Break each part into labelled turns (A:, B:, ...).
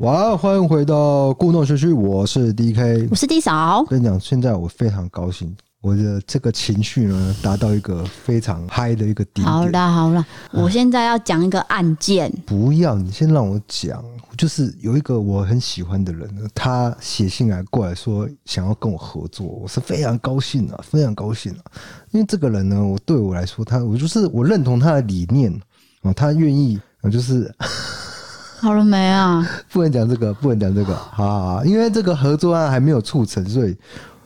A: 家欢迎回到故弄玄虚，我是 DK
B: 我。是地嫂，
A: 跟你讲，现在我非常高兴，我的这个情绪呢达到一个非常嗨的一个顶
B: 好
A: 点。
B: 啦好啦，我现在要讲一个案件，
A: 不要，你先让我讲。就是有一个我很喜欢的人呢，他写信来过来说想要跟我合作，我是非常高兴啊，非常高兴啊。因为这个人呢，我对我来说，他我就是我认同他的理念啊，他愿意啊，就是
B: 好了没啊？
A: 不能讲这个，不能讲这个，好好好，因为这个合作案还没有促成，所以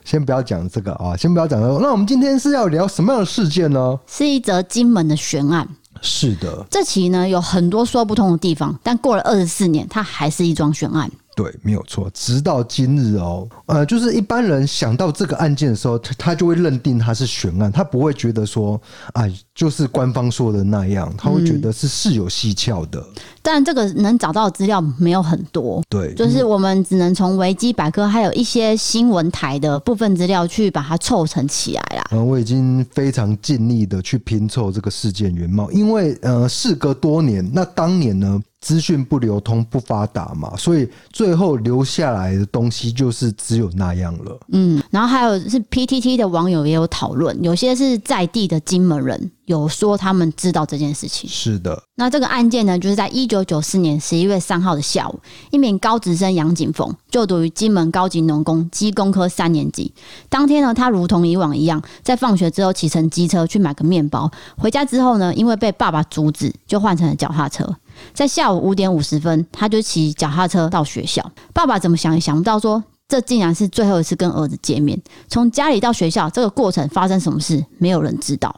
A: 先不要讲这个啊，先不要讲这个。那我们今天是要聊什么样的事件呢？
B: 是一则金门的悬案。
A: 是的，
B: 这期呢有很多说不通的地方，但过了二十四年，它还是一桩悬案。
A: 对，没有错。直到今日哦，呃，就是一般人想到这个案件的时候，他他就会认定它是悬案，他不会觉得说，哎，就是官方说的那样，他会觉得是事有蹊跷的。
B: 但这个能找到的资料没有很多，
A: 对，
B: 就是我们只能从维基百科还有一些新闻台的部分资料去把它凑成起来啦。
A: 嗯，我已经非常尽力的去拼凑这个事件原貌，因为呃，事隔多年，那当年呢，资讯不流通、不发达嘛，所以最后留下来的东西就是只有那样了。
B: 嗯，然后还有是 PTT 的网友也有讨论，有些是在地的金门人有说他们知道这件事情。
A: 是的，
B: 那这个案件呢，就是在一九九四年十一月三号的下午，一名高职生杨景峰就读于金门高级农工机工科三年级。当天呢，他如同以往一样，在放学之后骑乘机车去买个面包，回家之后呢，因为被爸爸阻止，就换成了脚踏车。在下午五点五十分，他就骑脚踏车到学校。爸爸怎么想也想不到说。这竟然是最后一次跟儿子见面。从家里到学校，这个过程发生什么事，没有人知道。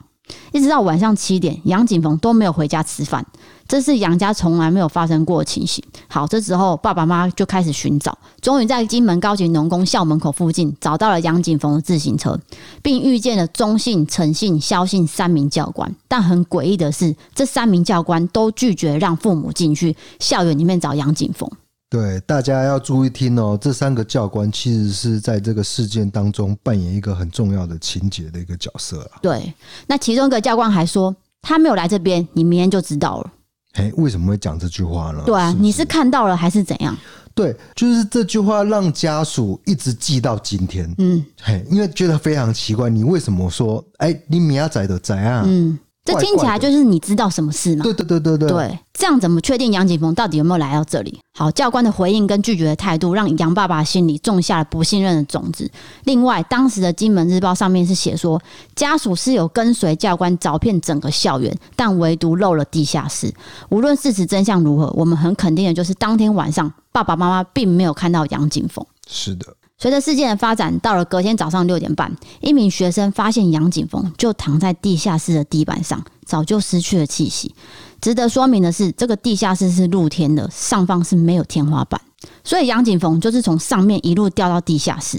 B: 一直到晚上七点，杨景峰都没有回家吃饭，这是杨家从来没有发生过的情形。好，这时候爸爸妈妈就开始寻找，终于在金门高级农工校门口附近找到了杨景峰的自行车，并遇见了中信、陈信、萧信三名教官。但很诡异的是，这三名教官都拒绝让父母进去校园里面找杨景峰。
A: 对，大家要注意听哦。这三个教官其实是在这个事件当中扮演一个很重要的情节的一个角色啊。
B: 对，那其中一个教官还说，他没有来这边，你明天就知道了。
A: 哎，为什么会讲这句话呢？
B: 对啊，
A: 不
B: 你是看到了还是怎样？
A: 对，就是这句话让家属一直记到今天。
B: 嗯
A: 嘿，因为觉得非常奇怪，你为什么说，哎、你米亚仔的仔啊？
B: 嗯，这
A: 怪
B: 听起
A: 怪
B: 来
A: 的
B: 就是你知道什么事嘛？
A: 对对对对对，
B: 对，这样怎么确定杨景峰到底有没有来到这里？好，教官的回应跟拒绝的态度，让杨爸爸心里种下了不信任的种子。另外，当时的《金门日报》上面是写说，家属是有跟随教官找遍整个校园，但唯独漏了地下室。无论事实真相如何，我们很肯定的就是，当天晚上爸爸妈妈并没有看到杨景峰。
A: 是的，
B: 随着事件的发展，到了隔天早上六点半，一名学生发现杨景峰就躺在地下室的地板上，早就失去了气息。值得说明的是，这个地下室是露天的，上方是没有天花板，所以杨景峰就是从上面一路掉到地下室。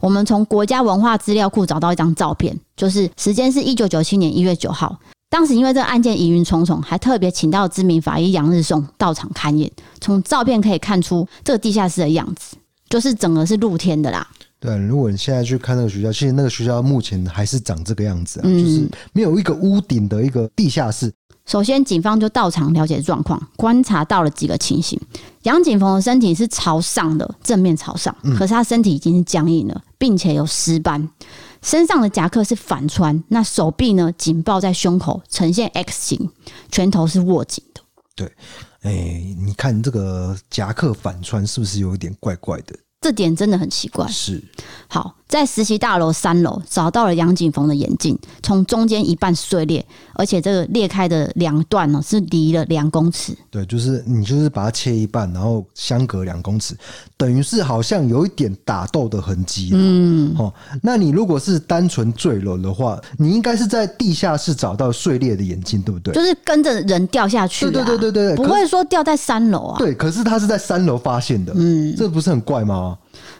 B: 我们从国家文化资料库找到一张照片，就是时间是一九九七年一月九号。当时因为这个案件疑云重重，还特别请到知名法医杨日松到场勘验。从照片可以看出，这个地下室的样子就是整个是露天的啦。
A: 对。如果你现在去看那个学校，其实那个学校目前还是长这个样子啊，
B: 嗯
A: 就是没有一个屋顶的一个地下室。
B: 首先，警方就到场了解状况，观察到了几个情形。杨景峰的身体是朝上的，正面朝上，可是他身体已经是僵硬了，并且有尸斑。身上的夹克是反穿，那手臂呢紧抱在胸口，呈现 X 型，拳头是握紧的。
A: 哎、你看这个夹克反穿是不是有一点怪怪的？
B: 这点真的很奇怪。
A: 是，
B: 好，在实习大楼三楼找到了杨景峰的眼镜，从中间一半碎裂，而且这个裂开的两段呢是离了两公尺。
A: 对，就是你就是把它切一半，然后相隔两公尺，等于是好像有一点打斗的痕迹。嗯，哦，那你如果是单纯坠楼的话，你应该是在地下室找到碎裂的眼睛，对不对？
B: 就是跟着人掉下去、啊，
A: 对对对对对
B: 不
A: 可
B: 会说掉在三楼啊。
A: 对，可是他是在三楼发现的，嗯，这不是很怪吗？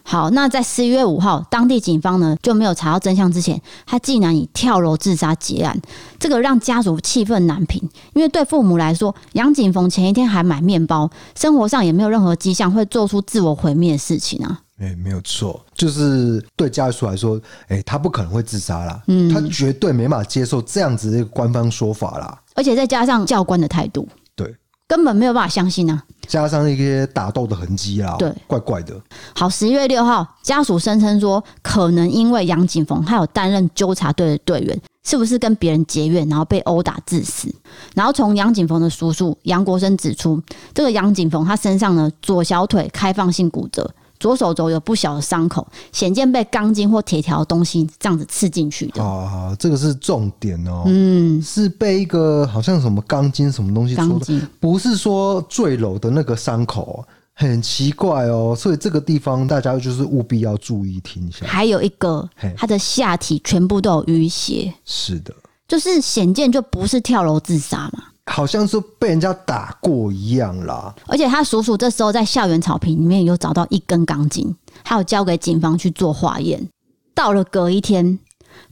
B: 好，那在十一月五号，当地警方呢就没有查到真相之前，他竟然以跳楼自杀结案，这个让家属气愤难平。因为对父母来说，杨景峰前一天还买面包，生活上也没有任何迹象会做出自我毁灭的事情啊。
A: 哎、没有错，就是对家属来说，哎、他不可能会自杀啦，嗯，他绝对没办法接受这样子的一个官方说法啦，
B: 而且再加上教官的态度，
A: 对，
B: 根本没有办法相信啊。
A: 加上一些打斗的痕迹啊，
B: 对，
A: 怪怪的。
B: 好，十一月六号，家属声称说，可能因为杨景峰还有担任纠察队的队员，是不是跟别人结怨，然后被殴打致死？然后从杨景峰的叔叔杨国生指出，这个杨景峰他身上呢左小腿开放性骨折，左手肘有不小的伤口，显见被钢筋或铁条的东西这样子刺进去的。
A: 哦好好，这个是重点哦，
B: 嗯，
A: 是被一个好像什么钢筋什么东西戳
B: 钢
A: 的，
B: 筋。
A: 不是说坠楼的那个伤口哦，很奇怪哦。所以这个地方大家就是务必要注意听一下。
B: 还有一个
A: 嘿，
B: 他的下体全部都有淤血，
A: 是的，
B: 就是显见就不是跳楼自杀嘛。
A: 好像是被人家打过一样啦。
B: 而且他叔叔这时候在校园草坪里面有找到一根钢筋，还有交给警方去做化验。到了隔一天，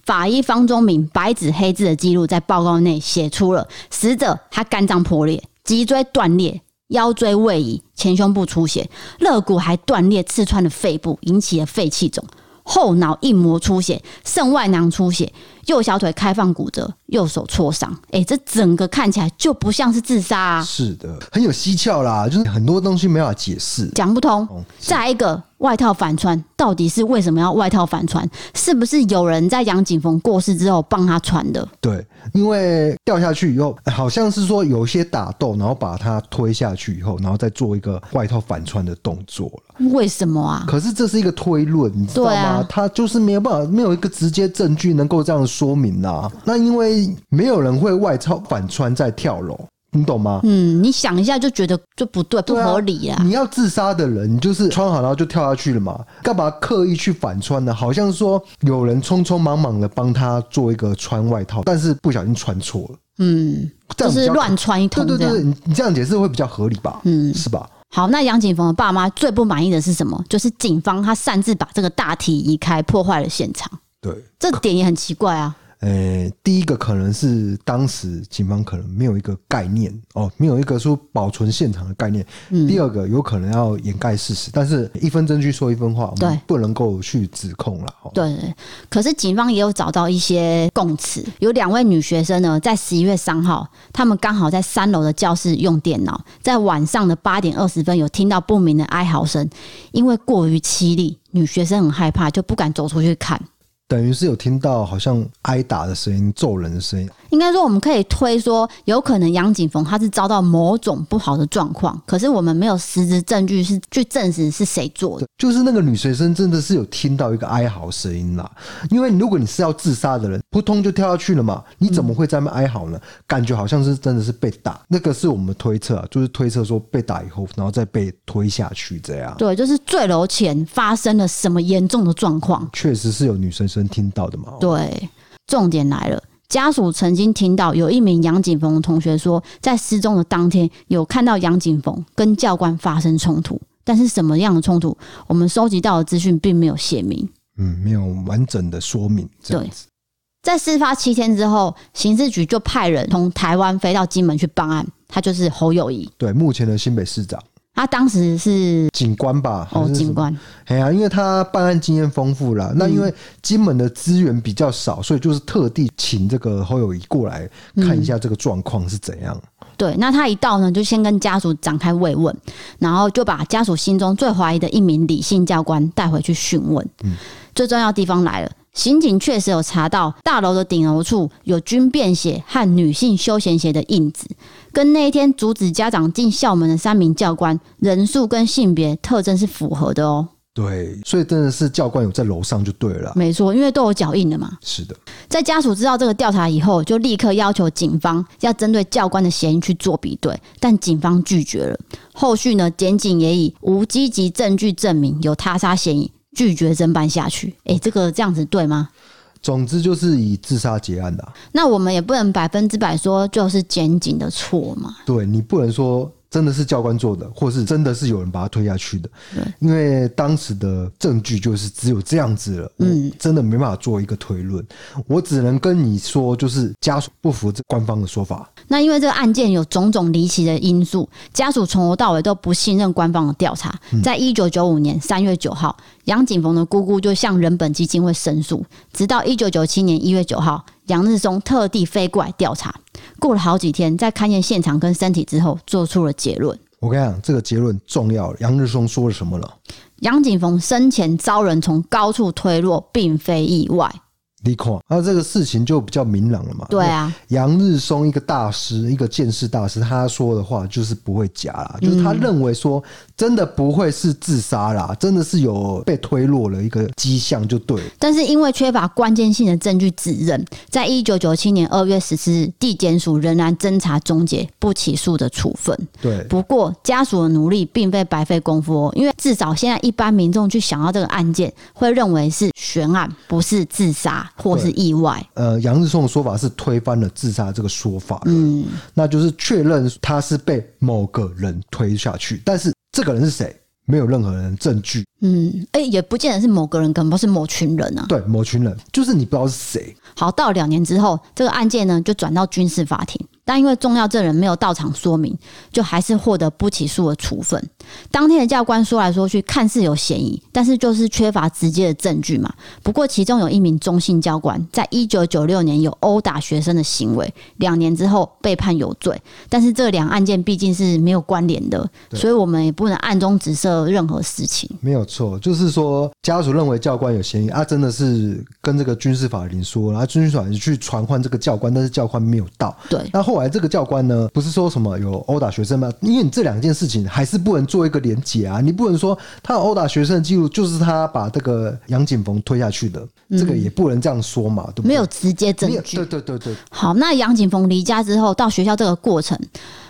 B: 法医方中敏白纸黑字的记录在报告内写出了死者他肝脏破裂、脊椎断裂、腰椎位移、前胸部出血、肋骨还断裂刺穿了肺部，引起了肺气肿。后脑硬膜出血、肾外囊出血、右小腿开放骨折、右手挫伤，哎、这整个看起来就不像是自杀啊！
A: 是的，很有蹊跷啦，就是很多东西没法解释。
B: 讲不通。
A: 哦，
B: 再来一个外套反穿，到底是为什么要外套反穿？是不是有人在杨景峰过世之后帮他穿的？
A: 对，因为掉下去以后，哎好像是说有一些打斗，然后把他推下去以后，然后再做一个外套反穿的动作了。
B: 为什么啊？
A: 可是这是一个推论，你知道吗？
B: 对啊
A: 他就是没有办法，没有一个直接证据能够这样说明啦。那因为没有人会外套反穿再跳楼，你懂吗？
B: 嗯，你想一下就觉得就不对，不
A: 对啊
B: 合理啊。
A: 你要自杀的人，你就是穿好然后就跳下去了嘛，干嘛刻意去反穿呢？好像说有人匆匆忙忙的帮他做一个穿外套，但是不小心穿错了，
B: 嗯，
A: 这
B: 就
A: 样比
B: 是
A: 较
B: 乱穿一
A: 对
B: 通
A: 对
B: 这
A: 对，
B: 样。
A: 你你这样解释会比较合理吧？
B: 嗯，
A: 是吧？
B: 好，那杨景峰的爸妈最不满意的是什么？就是警方他擅自把这个大体移开，破坏了现场，
A: 对，
B: 这点也很奇怪啊。
A: 诶、呃第一个可能是当时警方可能没有一个概念哦，没有一个说保存现场的概念。
B: 嗯，
A: 第二个有可能要掩盖事实，但是一分证据说一分话，我们
B: 对
A: 不能够去指控了。哦，
B: 对对，可是警方也有找到一些供词，有两位女学生呢，在十一月三号，她们刚好在三楼的教室用电脑，在晚上的八点二十分有听到不明的哀嚎声，因为过于凄厉，女学生很害怕，就不敢走出去看。
A: 等于是有听到好像挨打的声音、揍人的声音，
B: 应该说，我们可以推说，有可能杨景峰他是遭到某种不好的状况，可是我们没有实质证据是去证实是谁做的。
A: 就是那个女学生真的是有听到一个哀嚎声音啦。因为如果你是要自杀的人，扑通就跳下去了嘛，你怎么会在那边哀嚎呢？感觉好像是真的是被打，那个是我们推测、啊，就是推测说被打以后，然后再被推下去这样。
B: 对，就是坠楼前发生了什么严重的状况。
A: 确实是有女学生听到的嘛。
B: 对，重点来了。家属曾经听到有一名杨景峰的同学说，在失踪的当天有看到杨景峰跟教官发生冲突，但是什么样的冲突，我们收集到的资讯并没有写明。
A: 嗯，没有完整的说明这样子。
B: 在事发七天之后，刑事局就派人从台湾飞到金门去办案，他就是侯友谊，
A: 对，目前的新北市长
B: 他当时是
A: 警官吧，还
B: 哦
A: 是什
B: 警
A: 么
B: 官，
A: 哎呀、因为他办案经验丰富啦。那因为金门的资源比较少，所以就是特地请这个侯友谊过来看一下这个状况是怎样。
B: 对，那他一到呢，就先跟家属展开慰问，然后就把家属心中最怀疑的一名李姓教官带回去询问。最重要的地方来了，刑警确实有查到大楼的顶楼处有军便鞋和女性休闲鞋的印子，跟那一天阻止家长进校门的三名教官人数跟性别特征是符合的哦。
A: 对，所以真的是教官有在楼上就对了啦。
B: 没错，因为都有脚印的嘛。
A: 是的，
B: 在家属知道这个调查以后，就立刻要求警方要针对教官的嫌疑去做比对，但警方拒绝了。后续呢，检警也以无积极证据证明有他杀嫌疑，拒绝侦办下去。诶、这个这样子对吗？
A: 总之就是以自杀结案的啊、
B: 那我们也不能百分之百说就是检警的错嘛。
A: 对你不能说真的是教官做的，或是真的是有人把他推下去的，因为当时的证据就是只有这样子了，嗯，真的没办法做一个推论，我只能跟你说，就是家属不服这官方的说法，
B: 那因为这个案件有种种离奇的因素，家属从头到尾都不信任官方的调查。在一九九五年三月九号，杨景峰的姑姑就向人本基金会申诉，直到一九九七年一月九号，梁日松特地飞过来调查。过了好几天，在勘验现场跟身体之后，做出了结论：
A: 我跟你讲，这个结论重要。杨日松说了什么了？
B: 杨景峰生前遭人从高处推落，并非意外。
A: 你看，那啊这个事情就比较明朗了嘛。
B: 对啊，
A: 杨日松一个大师，一个见识大师，他说的话就是不会假啦，就是他认为说真的不会是自杀啦，真的是有被推落了一个迹象就对了。
B: 但是因为缺乏关键性的证据指认，在一九九七年二月十四日，地检署仍然侦查终结，不起诉的处分。
A: 对，
B: 不过，家属的努力并非白费功夫哦，因为至少现在一般民众去想要这个案件，会认为是悬案，不是自杀或是意外。
A: 呃，杨日松的说法是推翻了自杀这个说法了，
B: 嗯，
A: 那就是确认他是被某个人推下去，但是这个人是谁，没有任何人证据。
B: 嗯，哎、也不见得是某个人，可能是某群人啊。
A: 对，某群人就是你不知道是谁，
B: 好，到两年之后，这个案件呢就转到军事法庭，但因为重要证人没有到场说明，就还是获得不起诉的处分。当天的教官说来说去，看似有嫌疑，但是就是缺乏直接的证据嘛。不过其中有一名中性教官，在一九九六年有殴打学生的行为，两年之后被判有罪。但是这两个案件毕竟是没有关联的，所以我们也不能暗中指涉任何事情。
A: 没有错，就是说家属认为教官有嫌疑啊，真的是跟这个军事法庭说，然后军事法庭去传唤这个教官，但是教官没有到。
B: 对，
A: 那后来这个教官呢，不是说什么有殴打学生吗？因为你这两件事情还是不能做一个连结啊，你不能说他有殴打学生的记录，就是他把这个杨景峰推下去的，这个也不能这样说嘛，对不对？
B: 嗯没有直接证
A: 没有，
B: 据
A: 对。对对对，
B: 好，那杨景峰离家之后到学校这个过程，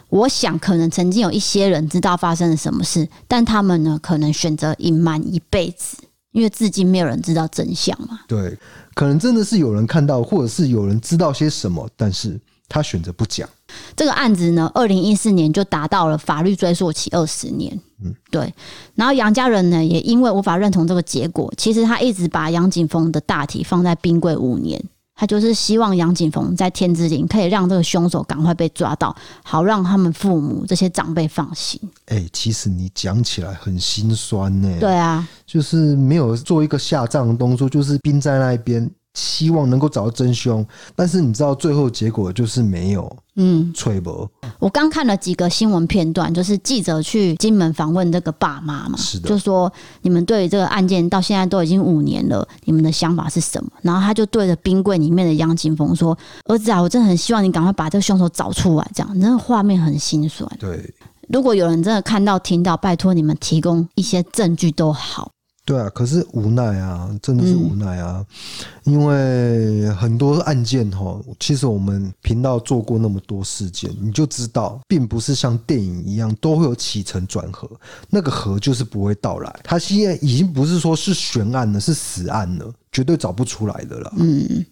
B: 我想可能曾经有一些人知道发生了什么事，但他们呢可能选择隐瞒一辈子，因为至今没有人知道真相嘛。
A: 对，可能真的是有人看到，或者是有人知道些什么，但是他选择不讲。
B: 这个案子呢，二零一四年就达到了法律追溯期二十年。嗯，对。然后杨家人呢，也因为无法认同这个结果，其实他一直把杨景峰的大体放在冰柜五年。他就是希望杨景峰在天之灵可以让这个凶手赶快被抓到，好让他们父母这些长辈放心。
A: 哎、其实你讲起来很心酸呢、
B: 对，啊，
A: 就是没有做一个下葬的动作，就是冰在那边，希望能够找到真凶，但是你知道最后结果就是没有
B: 嗯，
A: 吹博。
B: 我刚看了几个新闻片段，就是记者去金门访问这个爸妈嘛，
A: 是的
B: 就说你们对于这个案件到现在都已经五年了，你们的想法是什么？然后他就对着冰柜里面的杨景峰说：“儿子啊，我真的很希望你赶快把这个凶手找出来。”这样，那个画面很心酸。
A: 对
B: 如果有人真的看到、听到，拜托你们提供一些证据都好。
A: 对啊，可是无奈啊，真的是无奈啊，因为很多案件哈，其实我们频道做过那么多事件，你就知道，并不是像电影一样都会有起承转合，那个合就是不会到来。它现在已经不是说是悬案了，是死案了，绝对找不出来的了。
B: 嗯，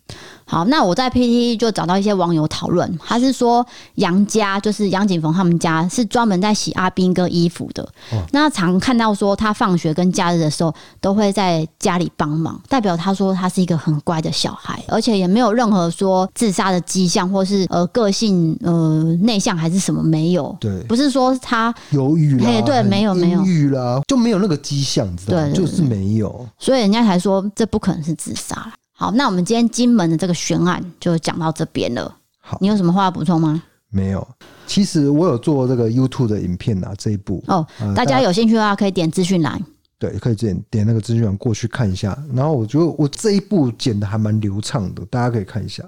B: 好，那我在 PTT 就找到一些网友讨论，他是说杨家就是杨景峰他们家是专门在洗阿兵哥衣服的，
A: 哦
B: 那常看到说他放学跟假日的时候都会在家里帮忙，代表他说他是一个很乖的小孩，而且也没有任何说自杀的迹象或是呃个性呃内向还是什么没有，
A: 对
B: 不是说他
A: 忧郁啦，
B: 嘿哎对
A: 很
B: 没有没有
A: 阴郁啦，就没有那个迹象，你知道吗？
B: 对对
A: 就是没有。
B: 所以人家才说这不可能是自杀啦。好，那我们今天金门的这个悬案就讲到这边了。
A: 好
B: 你有什么话要补充吗？
A: 没有，其实我有做这个 YouTube 的影片啊，这一部
B: 哦，
A: 呃
B: 大家有兴趣的话可以点资讯栏。
A: 对，可以点点那个资讯栏过去看一下。然后我觉得我这一部剪的还蛮流畅的，大家可以看一 下。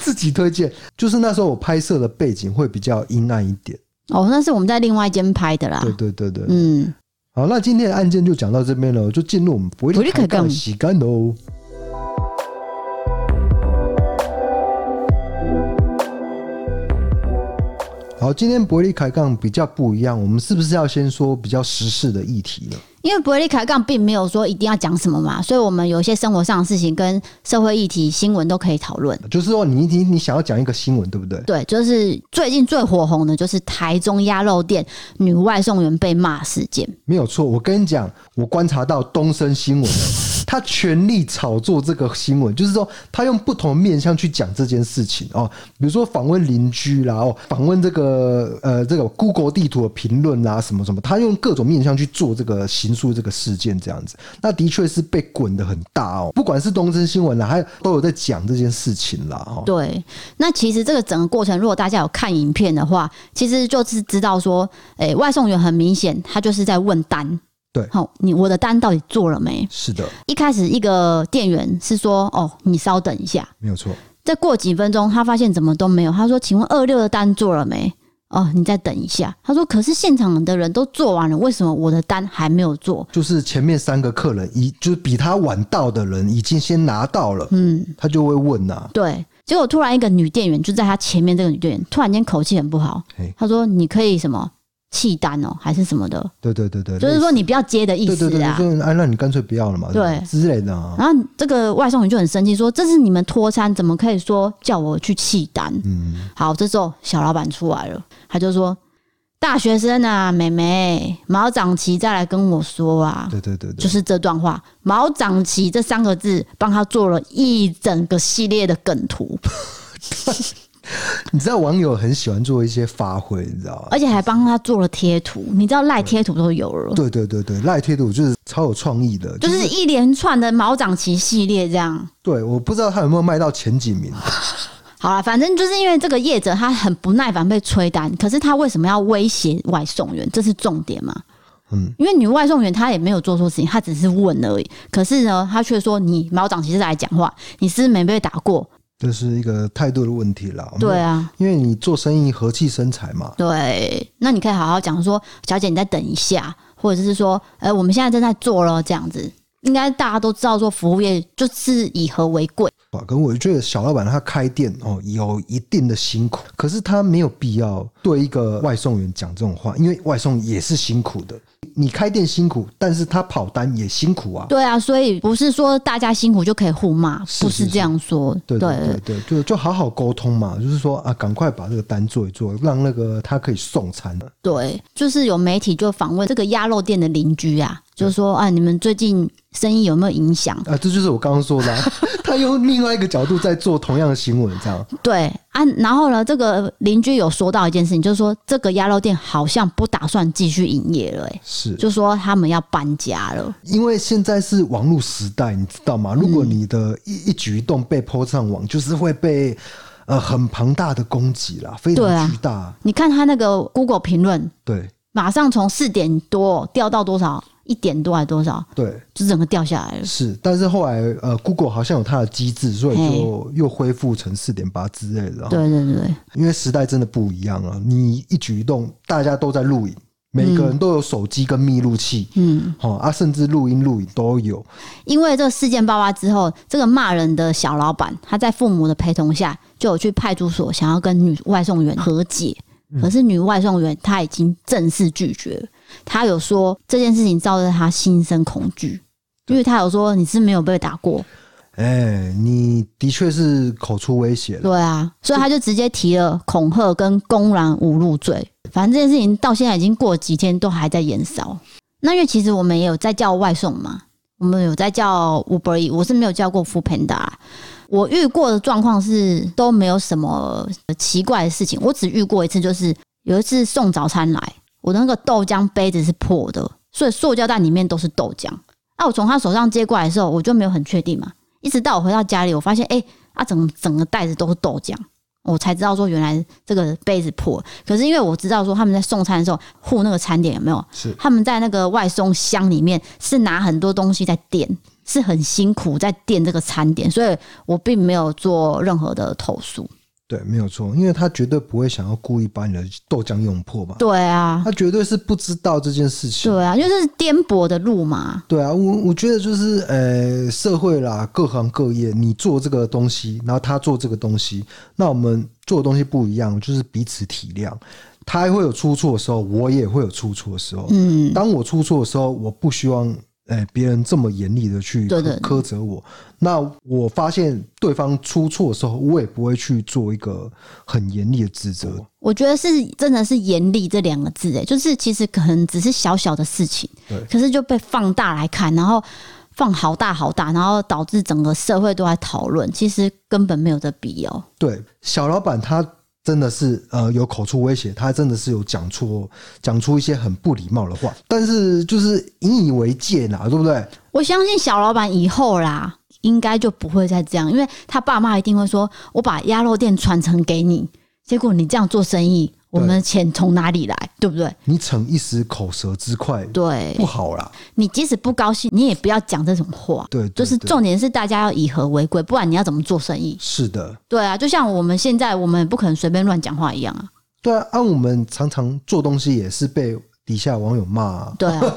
A: 自己推荐，就是那时候我拍摄的背景会比较阴暗一点。
B: 哦，那是我们在另外一间拍的啦。
A: 对对对对，
B: 嗯，
A: 好，那今天的案件就讲到这边了，就进入我们不会
B: 不会
A: 开
B: 开杠
A: 杠洗干哦。好，今天伯利开杠比较不一样，我们是不是要先说比较时事的议题呢？
B: 因为伯利凯杠并没有说一定要讲什么嘛，所以我们有一些生活上的事情跟社会议题、新闻都可以讨论。
A: 就是说你，你你想要讲一个新闻，对不对？
B: 对，就是最近最火红的就是台中鸭肉店女外送员被骂事件。
A: 没有错，我跟你讲，我观察到东森新闻了，他全力炒作这个新闻，就是说他用不同面向去讲这件事情哦，比如说访问邻居啦，哦，访问这个呃这个 Google 地图的评论啦，什么什么，他用各种面向去做这个行诉这个事件这样子，那的确是被滚的很大哦，不管是东森新闻啦，还有都有在讲这件事情啦，哦，
B: 对，那其实这个整个过程，如果大家有看影片的话，其实就是知道说，诶、外送员很明显他就是在问单。
A: 对
B: 好、你我的单到底做了没？
A: 是的，
B: 一开始一个店员是说，哦，你稍等一下。
A: 没有错，
B: 再过几分钟，他发现怎么都没有，他说，请问二六的单做了没？哦，你再等一下。他说，可是现场的人都做完了，为什么我的单还没有做？
A: 就是前面三个客人已就是比他晚到的人已经先拿到了，
B: 嗯，
A: 他就会问啊呐、
B: 对，结果突然一个女店员就在他前面，这个女店员突然间口气很不好
A: 嘿，
B: 她说：“你可以什么弃单哦，还是什么的，
A: 对对对对，
B: 就是说你不要接的意
A: 对对
B: 思
A: 对，
B: 啊。
A: 就是哎，那你干脆不要了嘛，
B: 对
A: 之类的啊，
B: 然后这个外送员就很生气，说：“这是你们拖餐，怎么可以说叫我去弃单？”
A: 嗯，
B: 好，这时候小老板出来了，他就说：“大学生啊，妹妹，毛长齐再来跟我说啊。”
A: 对对对对，
B: 就是这段话“毛长齐”这三个字，帮他做了一整个系列的梗图，
A: 你知道网友很喜欢做一些发挥，你知道吗？
B: 而且还帮他做了贴图，你知道赖贴图都有了，
A: 对对对对，赖贴图就是超有创意的，
B: 就是一连串的毛长旗系列这样。
A: 对，我不知道他有没有卖到前几名，
B: 好了，反正就是因为这个业者他很不耐烦被催单，可是他为什么要威胁外送员？这是重点嘛？
A: 嗯，
B: 因为女外送员她也没有做错事情，她只是问而已。可是呢，她却说你毛长旗是来讲话，你是不是没被打过？
A: 这是一个态度的问题啦。我们
B: 对，啊，
A: 因为你做生意和气生财嘛，
B: 对，那你可以好好讲说，小姐你再等一下，或者是说，呃，我们现在正在做咯，这样子。应该大家都知道，说服务业就是以和为贵。
A: 哇，跟我觉得小老板他开店哦，有一定的辛苦，可是他没有必要对一个外送员讲这种话，因为外送也是辛苦的。你开店辛苦，但是他跑单也辛苦啊。
B: 对啊，所以不是说大家辛苦就可以互骂，
A: 是
B: 不
A: 是
B: 是这样说。
A: 对对对对，就就好好沟通嘛，就是说啊，赶快把这个单做一做，让那个他可以送餐。
B: 对就是有媒体就访问这个鸭肉店的邻居啊，就说啊，你们最近生意有没有影响？
A: 啊，这就是我刚刚说的、啊，他用另外一个角度在做同样的新闻，这样
B: 对啊，然后呢，这个邻居有说到一件事情，就是说这个鸭肉店好像不打算继续营业了、欸，
A: 是
B: 就说他们要搬家了。
A: 因为现在是网络时代，你知道吗？如果你的一一举一动被泼上网，就是会被呃很庞大的攻击啦，非
B: 对
A: 常
B: 啊
A: 巨大。
B: 你看他那个 Google 评论，
A: 对
B: 马上从四点多掉到多少？一点多还是多少？
A: 对
B: 就整个掉下来了。
A: 是，但是后来呃，Google 好像有它的机制，所以
B: 嘿
A: 就又恢复成四点八之类的。
B: 对对对，
A: 因为时代真的不一样了，你一举一动，大家都在录影，每个人都有手机跟密录器，
B: 嗯。
A: 哦啊，甚至录音录影都有。
B: 因为这个事件爆发之后，这个骂人的小老板，他在父母的陪同下，就有去派出所想要跟女外送员和解。可是女外送员她已经正式拒绝了，她有说这件事情造成她心生恐惧，因为她有说你是没有被打过，
A: 哎、你的确是口出威胁了，
B: 对啊，所以她就直接提了恐吓跟公然侮辱罪。反正这件事情到现在已经过了几天，都还在延烧。那因为其实我们也有在叫外送嘛，我们有在叫 Uber E，我是没有叫过 f o o Panda 啊。我遇过的状况是都没有什么奇怪的事情，我只遇过一次，就是有一次送早餐来，我的那个豆浆杯子是破的，所以塑胶袋里面都是豆浆。啊，我从他手上接过来的时候，我就没有很确定嘛，一直到我回到家里，我发现哎、诶啊整整个袋子都是豆浆。我才知道说原来这个杯子破了，可是因为我知道说他们在送餐的时候护那个餐点有没有，
A: 是
B: 他们在那个外送箱里面是拿很多东西在垫，是很辛苦在垫这个餐点，所以我并没有做任何的投诉。
A: 对，没有错，因为他绝对不会想要故意把你的豆浆用破嘛，
B: 对啊，
A: 他绝对是不知道这件事情。
B: 对啊，就是颠簸的路嘛。
A: 对啊，我我觉得就是呃，社会啦，各行各业，你做这个东西，然后他做这个东西，那我们做的东西不一样，就是彼此体谅。他会有出错的时候，我也会有出错的时候。
B: 嗯，
A: 当我出错的时候，我不希望呃别人这么严厉的去
B: 对对
A: 苛苛责我。那我发现对方出错的时候，我也不会去做一个很严厉的指责。
B: 我觉得是真的是严厉这两个欸字，哎，就是其实可能只是小小的事情
A: 对，
B: 可是就被放大来看，然后放好大好大，然后导致整个社会都在讨论，其实根本没有哦这必要。
A: 对，小老板他真的是呃有口出威胁，他真的是有讲出讲出一些很不礼貌的话，但是就是引以为戒呐，对不对？
B: 我相信小老板以后啦，应该就不会再这样，因为他爸妈一定会说：“我把鸭肉店传承给你，结果你这样做生意，我们的钱从哪里来？对不对
A: 你逞一时口舌之快？”不
B: 对，
A: 好啦，
B: 你即使不高兴，你也不要讲这种话。
A: 对对
B: 就是
A: 对
B: 重点是大家要以和为贵，不然你要怎么做生意？
A: 是的，
B: 对啊，就像我们现在，我们也不可能随便乱讲话一样啊。
A: 对啊，按、我们常常做东西也是被底下网友骂、啊，
B: 对 啊，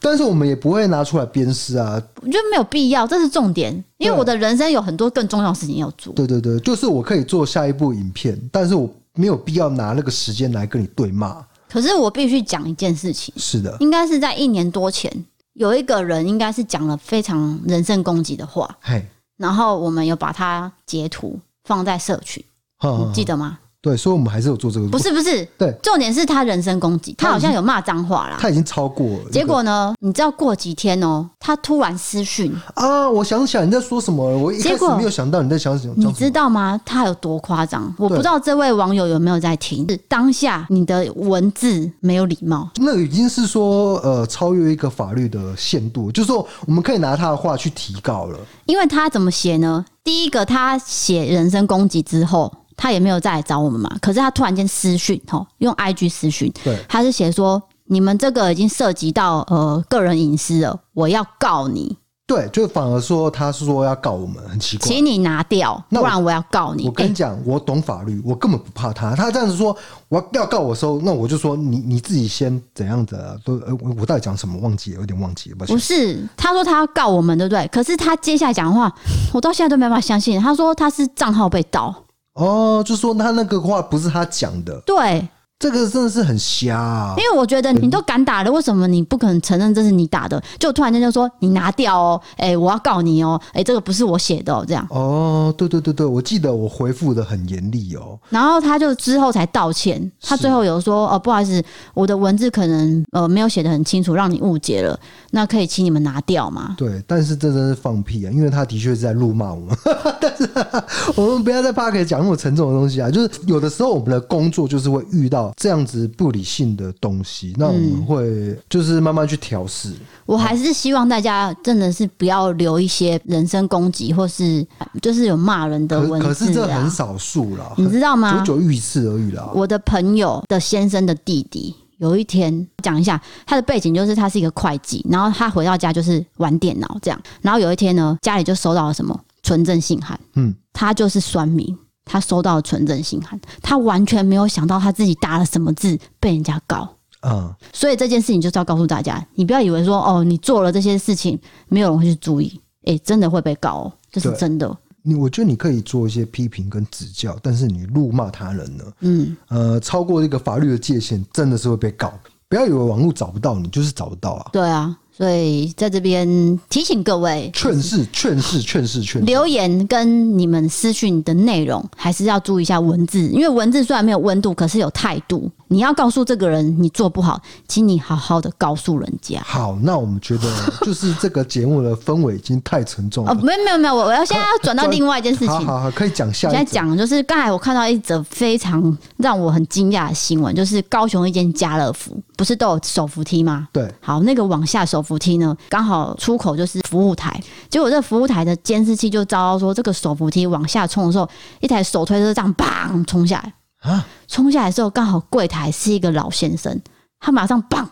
A: 但是我们也不会拿出来鞭尸啊。
B: 我觉得没有必要，这是重点，因
A: 对
B: 为我的人生有很多更重要的事情要做。
A: 对对对，就是我可以做下一部影片，但是我没有必要拿那个时间来跟你对骂。
B: 可是我必须讲一件事情，
A: 是的，
B: 应该是在一年多前，有一个人应该是讲了非常人身攻击的话，
A: 嘿，
B: 然后我们有把它截图放在社群，
A: 哈
B: 你记
A: 得
B: 得吗？
A: 对，所以我们还是有做这个，
B: 不是不是，
A: 对，
B: 重点是他人身攻击，他好像有骂脏话啦。
A: 他已经超过了
B: 结果呢，你知道过几天哦，他突然私讯，
A: 啊！我想起来你在说什么了，我一开
B: 结
A: 始
B: 果
A: 没有想到你在想什么。
B: 你知道吗？他有多夸张？我不
A: 对
B: 知道这位网友有没有在听。是当下你的文字没有礼貌，
A: 那个已经是说呃超越一个法律的限度，就是说我们可以拿他的话去提告了。
B: 因为他怎么写呢？第一个，他写人身攻击之后，他也没有再来找我们嘛。可是他突然间私讯，吼，用 IG 私讯，
A: 对
B: 他是写说你们这个已经涉及到呃个人隐私了，我要告你，
A: 对，就反而说他是说要告我们，很奇怪。
B: 请你拿掉，
A: 那
B: 不
A: 我
B: 然我要告你
A: 我。跟
B: 欸
A: 你讲，我懂法律，我根本不怕他。他这样子说，我要要告我的时候，那我就说你你自己先怎样的、啊，都呃我我到底讲什么忘记了，有点忘记了，抱歉
B: 不。是，他说他要告我们，对不对？可是他接下来讲的话，我到现在都没办法相信。他说他是账号被盗，
A: 哦，就说他那个话不是他讲的，
B: 对，
A: 这个真的是很瞎、啊
B: 因。为我觉得你都敢打了，为什么你不肯承认这是你打的？就突然间就说你拿掉哦，哎、我要告你哦，哎、这个不是我写的哦，这样。
A: 哦，对对对对，我记得我回复的很严厉哦。
B: 然后他就之后才道歉，他
A: 是
B: 最后有说哦，不好意思，我的文字可能呃没有写的很清楚，让你误解了，那可以请你们拿掉吗？
A: 对，但是这真是放屁啊！因为他的确是在辱骂我们， 但是我们不要在 p a r k 讲那么沉重的东西啊。就是有的时候我们的工作就是会遇到这样子不理性的东西，那我们会就是慢慢去调试。
B: 我还是希望大家真的是不要留一些人身攻击或是呃就是有骂人的
A: 可
B: 文
A: 可是
B: 字
A: 这很
B: 啊，
A: 少数啦，
B: 你知道吗？
A: 九九遇一次而已啦。
B: 我的朋友的先生的弟弟，有一天讲一下他的背景，就是他是一个会计，然后他回到家就是玩电脑这样，然后有一天呢，家里就收到了什么纯正信函，
A: 嗯，
B: 他就是酸民，他收到了纯正信函，他完全没有想到他自己打了什么字被人家告。
A: 嗯，
B: 所以这件事情就是要告诉大家，你不要以为说哦，你做了这些事情，没有人会去注意，诶、真的会被告、哦，这是
A: 对
B: 真的。
A: 你我觉得你可以做一些批评跟指教，但是你辱骂他人呢，
B: 嗯，
A: 呃，超过这个法律的界限，真的是会被告。不要以为网络找不到你，就是找不到啊！
B: 对啊，所以在这边提醒各位，
A: 劝世，劝世，劝世，劝世。
B: 留言跟你们私讯的内容，还是要注意一下文字，因为文字虽然没有温度，可是有态度。你要告诉这个人你做不好，请你好好的告诉人家。
A: 好，那我们觉得就是这个节目的氛围已经太沉重了。
B: 哦，没有没有没有，我我要现在要转到另外一件事
A: 好
B: 情。
A: 好好，可以讲下
B: 我
A: 一
B: 现在
A: 集。
B: 讲就是刚才我看到一则非常让我很惊讶的新闻，就是高雄一间家乐福不是都有手扶梯吗？
A: 对，
B: 好，那个往下手扶梯呢，刚好出口就是服务台，结果这服务台的监视器就遭到说，这个手扶梯往下冲的时候，一台手推车这样砰冲下来
A: 啊
B: 冲下来之后，刚好柜台是一个老先生，他马上砰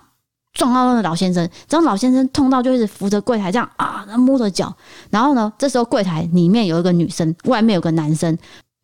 B: 撞到那个老先生，然后老先生痛到就一直扶着柜台这样啊，然后摸着脚，然后呢，这时候柜台里面有一个女生，外面有个男生。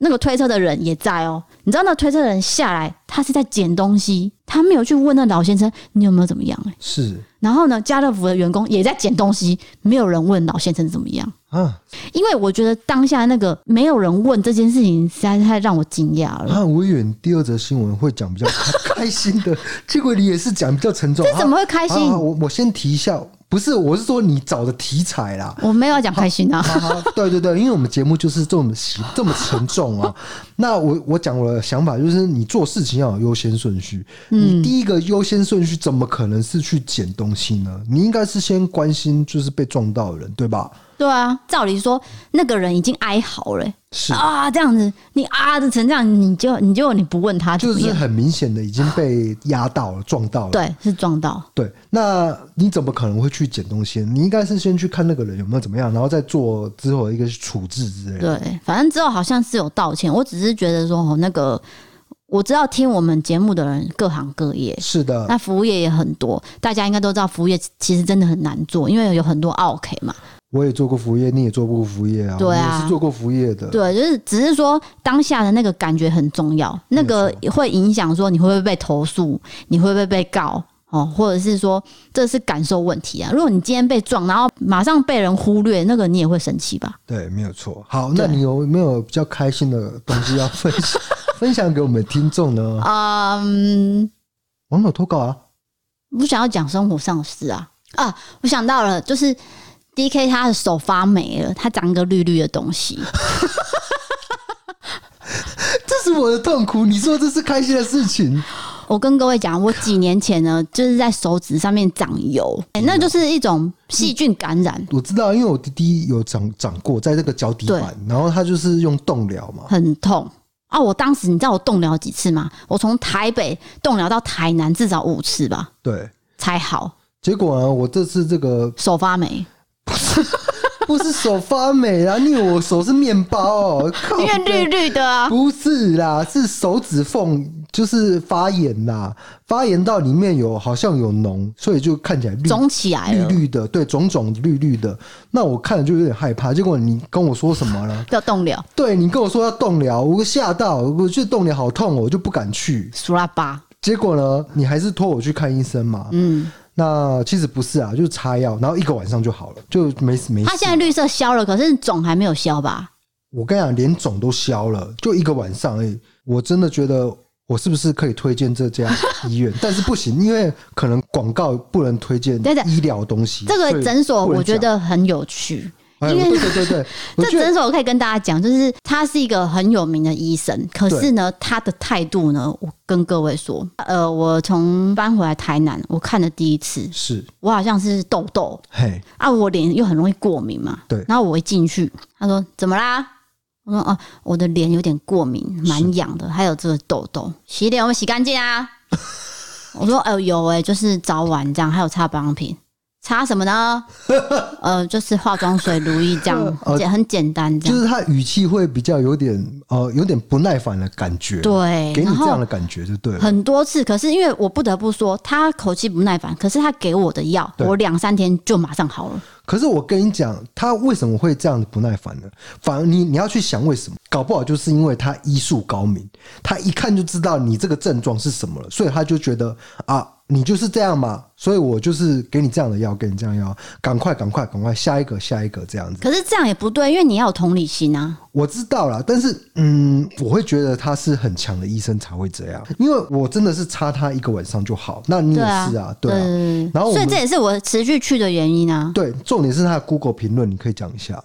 B: 那个推车的人也在哦，你知道那推车的人下来，他是在捡东西，他没有去问那老先生你有没有怎么样、欸
A: 是
B: 然后呢，家乐福的员工也在捡东西，没有人问老先生怎么样。
A: 啊
B: 因为我觉得当下那个没有人问这件事情，实在是太让我惊讶了。
A: 啊！我以为你第二则新闻会 讲比较开开心的，结果你也是讲比较沉重。啊
B: 这怎么会开心
A: 好好好我我先提一下，不是，我是说你找的题材啦。
B: 我没有要讲开心啊，
A: 哈哈， 对对对，因为我们节目就是这么 喜这么沉重啊。那我我讲我的想法就是，你做事情要有优先顺序。
B: 嗯
A: 你第一个优先顺序怎么可能是去捡东西呢？你应该是先关心就是被撞到的人，对吧？
B: 对啊，照理说那个人已经哀嚎了、
A: 是，
B: 啊，这样子你啊的成这样，你就你就你不问他怎
A: 就
B: 么
A: 是
B: 样，
A: 很明显的已经被压到了，撞到了。
B: 对，是撞到，
A: 对，那你怎么可能会去捡东西？你应该是先去看那个人有没有怎么样，然后再做之后的一个处置之类的。
B: 对，反正之后好像是有道歉，我只是觉得说哦，那个我知道听我们节目的人各行各业，
A: 是的，
B: 那服务业也很多，大家应该都知道，服务业其实真的很难做，因为有很多 OK 嘛。
A: 我也做过服务业，你也做过服务业啊，
B: 对啊
A: 我也是做过服务业的。
B: 对，就是只是说当下的那个感觉很重要，那个会影响说你会不会被投诉，你会不会被告。哦，或者是说这是感受问题啊！如果你今天被撞，然后马上被人忽略，那个你也会生气吧？
A: 对，没有错。好，那
B: 对
A: 你有没有比较开心的东西要分 享分享给我们听众呢？
B: 嗯，
A: 网友投稿啊，
B: 我想要讲生活上的事啊啊！我想到了，就是 D K 他的手发霉了，他长一个绿绿的东西。
A: 这是我的痛苦，你说这是开心的事情，
B: 我跟各位讲，我几年前呢，就是在手指上面长油，
A: 嗯
B: 哎、那就是一种细菌感染，
A: 我知道，因为我弟弟有长长过，在这个脚底板，然后他就是用冻疗嘛，
B: 很痛啊！我当时你知道我动疗几次吗？我从台北动疗到台南至少五次吧，
A: 对。
B: 才好
A: 结果啊，我这次这个
B: 手发霉，
A: 不是手发霉啦，你以为我手是面包哦、靠
B: 因为绿绿的啊。
A: 不是啦，是手指缝就是发炎啦，发炎到里面有好像有脓，所以就看起来绿
B: 肿起来
A: 绿
B: 了，
A: 绿的，对，肿肿绿绿的。那我看了就有点害怕。结果你跟我说什么了？
B: 要动疗，
A: 对你跟我说要动疗，我吓到，我觉得动疗好痛哦，我就不敢去。
B: 苏拉巴，
A: 结果呢，你还是托我去看医生嘛。
B: 嗯，
A: 那其实不是啊，就是擦药，然后一个晚上就好了，就没事没事
B: 它。现在绿色消了，可是肿还没有消吧？
A: 我跟你讲，连肿都消了，就一个晚上而已。我真的觉得我是不是可以推荐这家医 院？但是不行，因为可能广告不能推荐
B: 对对
A: 医疗东西。
B: 这
A: 所
B: 个
A: 以
B: 诊所
A: 不能
B: 我觉
A: 讲，
B: 得很有趣。
A: 哎，
B: 因为
A: 对对对对，我
B: 这
A: 觉得
B: 诊所我可以跟大家讲，就是他是一个很有名的医生，可是呢，他的态度呢，我跟各位说，呃，我从搬回来台南，我看的第一次，
A: 是
B: 我好像是痘痘
A: 嘿，
B: 啊，我脸又很容易过敏嘛，
A: 对
B: 然后我一进去，他说怎么啦？我说哦、我的脸有点过敏，蛮痒的，还有这个痘痘，洗脸我们洗干净啊。 我说，哎、有哎、就是早晚这样，还有擦保养品，擦什 么呢？呃，就是化妆水、乳液这样，
A: 呃
B: 简很简单这
A: 就
B: 样。
A: 是他语气会比较有点呃，有点不耐烦的感觉，，
B: 对，
A: 给你
B: 然
A: 这
B: 后
A: 样的感觉就对了。
B: 很多次，可是因为我不得不说，他口气不耐烦，可是他给我的药，
A: 对
B: 我两三天就马上好了。
A: 可是我跟你讲，他为什么会这样不耐烦呢？反而你你要去想为什么，搞不好就是因为他医术高明，他一看就知道你这个症状是什么了，所以他就觉得啊，你就是这样嘛，所以我就是给你这样的药，给你这样的药，赶快赶快赶快，下一个下一个这样子。
B: 可是这样也不对，因为你要有同理心啊。
A: 我知道啦，但是嗯，我会觉得他是很强的医生才会这样，因为我真的是擦他一个晚上就好，那你也
B: 对啊
A: 是啊，对啊。
B: 对
A: 然后我
B: 所以
A: 们
B: 这也是我持续去的原因啊，
A: 对，重点是他的 Google 评论，你可以讲一下。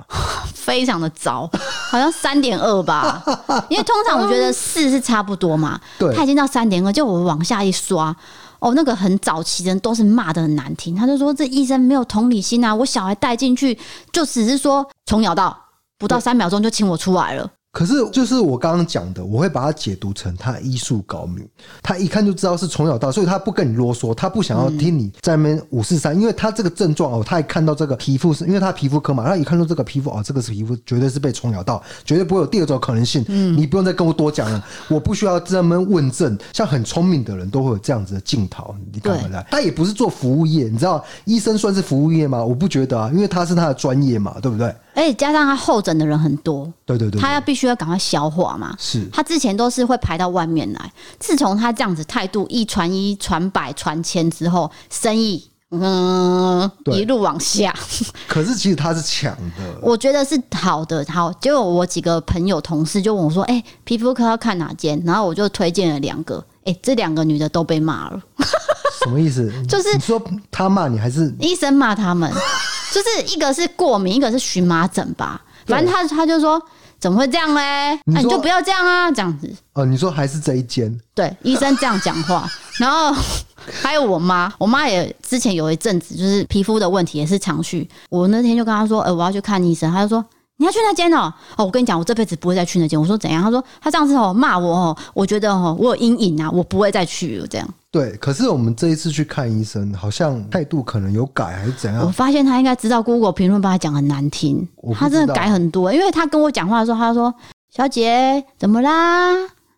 B: 非常的 糟，好像三点二吧，因为通常我觉得四是差不多嘛，
A: 对
B: 他已经到三点二，就我往下一刷。哦，那个很早期的人都是骂的很难听，他就说这医生没有同理心啊！我小孩带进去就只是说虫咬到，不到三秒钟就请我出来了。
A: 可是，就是我刚刚讲的，我会把它解读成他医术高明，他一看就知道是从小到，所以他不跟你啰嗦，他不想要听你在那边五四三，因为他这个症状哦，他一看到这个皮肤是，因为他皮肤科嘛，他一看到这个皮肤哦，这个是皮肤绝对是被虫咬到，绝对不会有第二种可能性，你不用再跟我多讲了，我不需要这么问证，像很聪明的人都会有这样子的镜头，你看回来，他也不是做服务业，你知道医生算是服务业吗？我不觉得啊，因为他是他的专业嘛，对不对？
B: 而且加上他候诊的人很多，
A: 对对对
B: 他
A: 对，
B: 要必须要赶快消化嘛。
A: 是。
B: 他之前都是会排到外面来，自从他这样子态度一传一、传百、传千之后，生意嗯
A: 对
B: 一路往下，
A: 可是其实他是强的，
B: 我觉得是好的。好，结果我几个朋友同事就问我说：“哎、皮肤科要看哪间？”然后我就推荐了两个，哎、这两个女的都被骂了。
A: 什么意思？
B: 就是
A: 你说他骂你还是
B: 医生骂他 们，就是一个是过敏，一个是荨麻疹吧。反正他他就说怎么会这样嘞？啊
A: 你
B: 你
A: 说
B: 就不要这样啊，这样子。
A: 哦？你说还是这一间？
B: 对，医生这样讲话，然后还有我妈，我妈也之前有一阵子就是皮肤的问题也是常去。我那天就跟她说，呃，我要去看医生，她就说。你要去那间哦、哦，我跟你讲，我这辈子不会再去那间。我说怎样？她说她上次哦骂我哦，我觉得哦我有阴影啊，我不会再去了。这样，
A: 对，可是我们这一次去看医生，好像态度可能有改还是怎
B: 我
A: 样？
B: 发现她应该知道 Google 评论帮她讲很难听
A: 啊我不，知道
B: 她真的改很多。因为她跟我讲话的时候，她说：“小姐怎么啦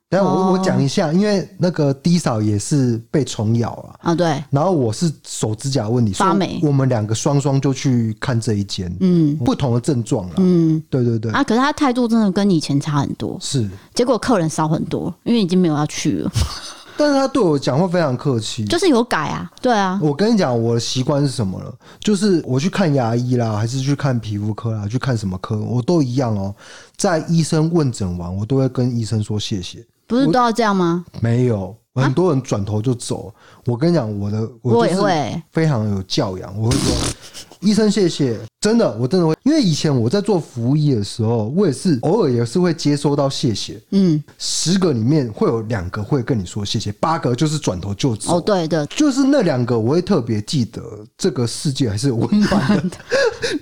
A: 等一下我
B: 哦
A: 我讲一下，因为那个 D 嫂也是被虫咬啊，？”
B: 啊，对，
A: 然后我是手指甲问题，
B: 发
A: 所以
B: 霉
A: 我们两个双双就去看这一间，
B: 嗯
A: 不同的症状了。
B: 嗯
A: 对对对，
B: 啊，可是她态度真的跟以前差很多。
A: 是，
B: 结果客人少很多，因为已经没有要去了，
A: 但是他对我讲话非常客气，
B: 就是有改啊，对 啊，
A: 我跟你讲，我的习惯是什么了？就是我去看牙医啦，还是去看皮肤科啦，去看什么科，我都一样哦。在医生问诊完，我都会跟医生说谢谢。
B: 不是都要这样吗？
A: 没有，
B: 啊
A: 很多人转头就走。我跟你讲，我的
B: 我
A: 我
B: 也
A: 就是
B: 会，
A: 非常有教养，我会说医生谢谢，真的，我真的会，因为以前我在做服务业的时候，我也是偶尔也是会接收到谢谢，
B: 嗯，
A: 十个里面会有两个会跟你说谢谢，八个就是转头就走。
B: 哦，对的，
A: 就是那两个，我会特别记得，这个世界还是温暖 的，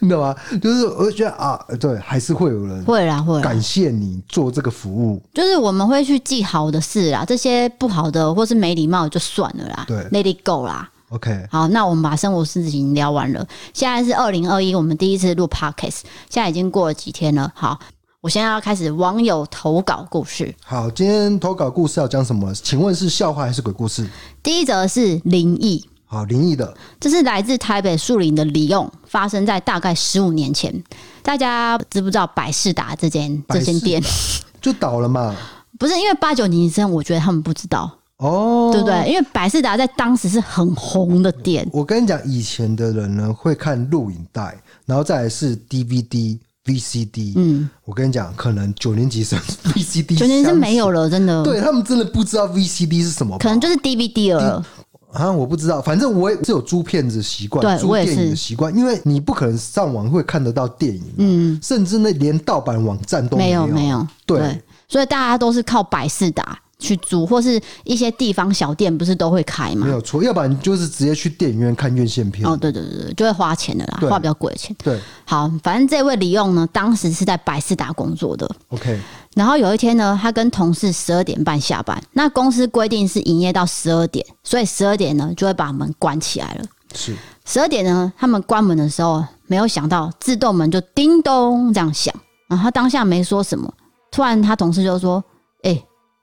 A: 你懂吗？就是我就觉得啊，对，还是会有人
B: 会啦会啦，
A: 感谢你做这个服务。
B: 就是我们会去记好的事啦，这些不好的或是没礼貌就算了啦
A: 对
B: ，Let it go 啦。
A: OK，
B: 好，那我们把生活事情聊完了。现在是二零二一，我们第一次录 podcast，现在已经过了几天了。好，我现在要开始网友投稿故事。
A: 好，今天投稿故事要讲什么？请问是笑话还是鬼故事？
B: 第一则是灵异，
A: 好，灵异的，
B: 这是来自台北树林的李用，发生在大概十五年前。大家知不知道百事达这间这间店？
A: 就倒了嘛。
B: 不是因为八九年生，我觉得他们不知道，
A: 哦，
B: 对不？对？因为百事达在当时是很红的店，
A: 我跟你讲，以前的人呢会看录影带，然后再来是 DVD、VCD。嗯，我跟你讲，可能九年级生 VCD
B: 九年生
A: 相
B: 没有了，真的，
A: 对他们真的不知道 VCD 是什么吧，
B: 可能就是 DVD 了。
A: 啊，我不知道，反正我也是有租片子的习惯，
B: 对
A: 租
B: 我也
A: 电影的
B: 是
A: 习惯，因为你不可能上网会看得到电影，嗯，甚至那连盗版网站都
B: 没有
A: 有，啊
B: 没有，
A: 对
B: 所以大家都是靠百事达去租，或是一些地方小店不是都会开
A: 没
B: 吗？
A: 有错，要不然你就是直接去电影院看院线片，
B: 哦，对对对对，就会花钱的啦，
A: 对
B: 花比较贵的钱。
A: 对
B: 好，反正这位李用呢，当时是在百事达工作的，
A: ，OK，
B: 然后有一天呢，他跟同事十二点半下班，那公司规定是营业到十二点，所以十二点呢就会把门关起来了。
A: 是
B: 十二点呢，他们关门的时候，没有想到自动门就叮咚这样响，然后他当下没说什么，突然他同事就说：“哎、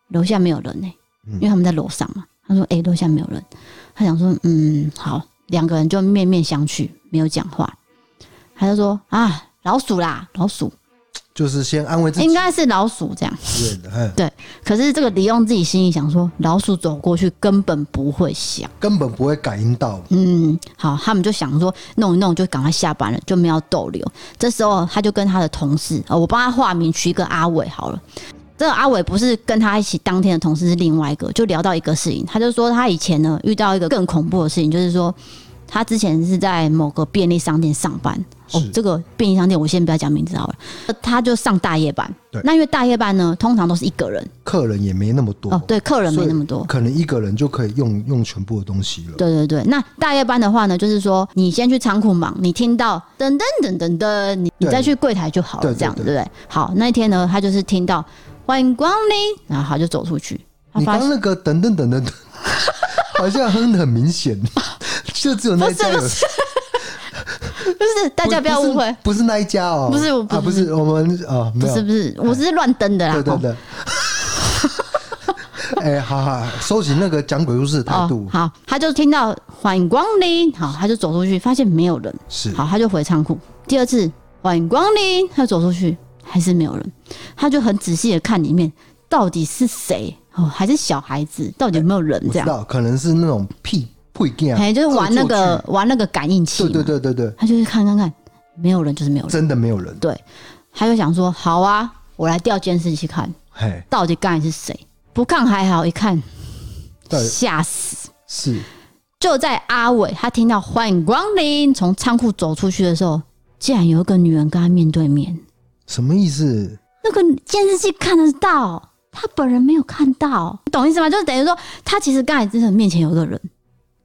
B: 楼下没有人呢、欸
A: 嗯
B: 因为他们在楼上嘛。”他说：“哎、楼下没有人。”他想说：“嗯，好。”两个人就面面相觑，没有讲话。他就说：“啊，老鼠啦，老鼠，
A: 就是先安慰自己
B: 应该是老鼠这样。”
A: 之类的，嗯，
B: 对，可是这个李用自己心里想说，老鼠走过去根本不会响。
A: 根本不会感应到，
B: 嗯，好，他们就想说弄一弄就赶快下班了，就没有逗留。这时候他就跟他的同事，呃，我帮他化名取一个阿伟好了。这个阿伟不是跟他一起当天的同事，是另外一个，就聊到一个事情，他就说他以前呢遇到一个更恐怖的事情，就是说他之前是在某个便利商店上班。哦
A: 是，
B: 这个便利商店我先不要讲名字好了，他就上大夜班
A: 对。
B: 那因为大夜班呢，通常都是一个人，
A: 客人也没那么多，
B: 哦，对，客人
A: 所
B: 没
A: 以
B: 那么多。
A: 可能一个人就可以用用全部的东西了，
B: 对对对，那大夜班的话呢，就是说你先去仓库忙，你听到噔噔噔噔噔，你你
A: 对
B: 再去柜台就好
A: 对
B: 了，
A: 对
B: 这样对
A: 对
B: 不对？好，那一天呢，他就是听到欢迎光临，然后他就走出去，他
A: 你
B: 发
A: 刚刚
B: 现
A: 那个等等等等， 好像哼的很明显， 就只有那
B: 不
A: 一
B: 是
A: 家有
B: 不是，不是，大家不要误会，
A: 不是，不是那一家哦，
B: 不是我不
A: 啊，不
B: 是
A: 是我们啊，没
B: 不
A: 有，
B: 是不是，我是乱登的啦，
A: 对对
B: 哦
A: 对。哎，好好，收起那个讲鬼故事的态度
B: 哦，，好，他就听到欢迎光临，好，他就走出去，发现没有人，
A: 是
B: 好，他就回仓库。第二次欢迎光临，他走出去还是没有人，他就很仔细的看里面到底是谁哦，还是小孩子，到底有没有人
A: 我
B: 这
A: 知
B: 样？
A: 道，可能是那种屁屁干，
B: 哎、就是玩那个玩那个感应器
A: 恶
B: 嘛，
A: 作剧，对对对对对，
B: 他就去看看看，没有人就是没有人，
A: 真的没有人，
B: 对，他就想说好啊，我来调监视器看
A: 嘿，
B: 到底刚才是谁，不看还好，一看
A: 对，
B: 吓死。
A: 是
B: 就在阿伟他听到“欢迎光临”从仓库走出去的时候，竟然有一个女人跟他面对面。
A: 什么意思？
B: 那个监视器看得到，他本人没有看到，你懂意思吗？就是等于说，他其实刚才真的面前有一个人，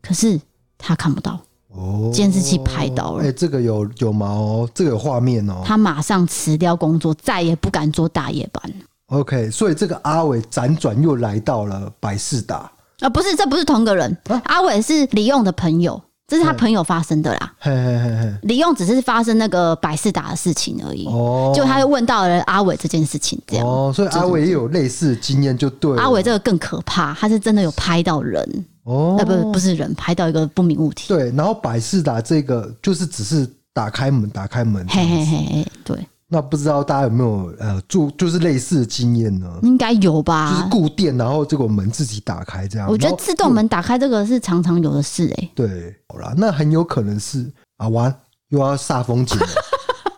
B: 可是他看不到，
A: 哦，
B: 监视器拍到了
A: 哎、这个有有毛哦，这个有画面哦。
B: 他马上辞掉工作，再也不敢做大夜班了
A: OK，所以这个阿伟辗转又来到了百事达，
B: 啊！不是，这不是同一个人，
A: 啊嗯
B: 阿伟是李用的朋友，这是他
A: 对
B: 朋友发生的啦。
A: 嘿嘿嘿嘿，
B: 李用只是发生那个百事达的事情而已，
A: 哦，
B: 就他就问到了阿伟这件事情，这样。
A: 哦，所以阿伟也有类似经验，就对了
B: 阿伟这个更可怕，他是真的有拍到人，
A: 哦
B: 呃，，不，不是人，拍到一个不明物体。
A: 对，然后百事达这个就是只是打开门，打开门，
B: 嘿嘿嘿嘿，对，
A: 那不知道大家有没有呃，住就是类似的经验呢？
B: 应该有吧？
A: 嗯就是固店，然后结果门自己打开这样，
B: 啊我觉得
A: 然后
B: 自动门打开这个是常常有的事哎、
A: 对，好啦，那很有可能是啊，完又要煞风景 了，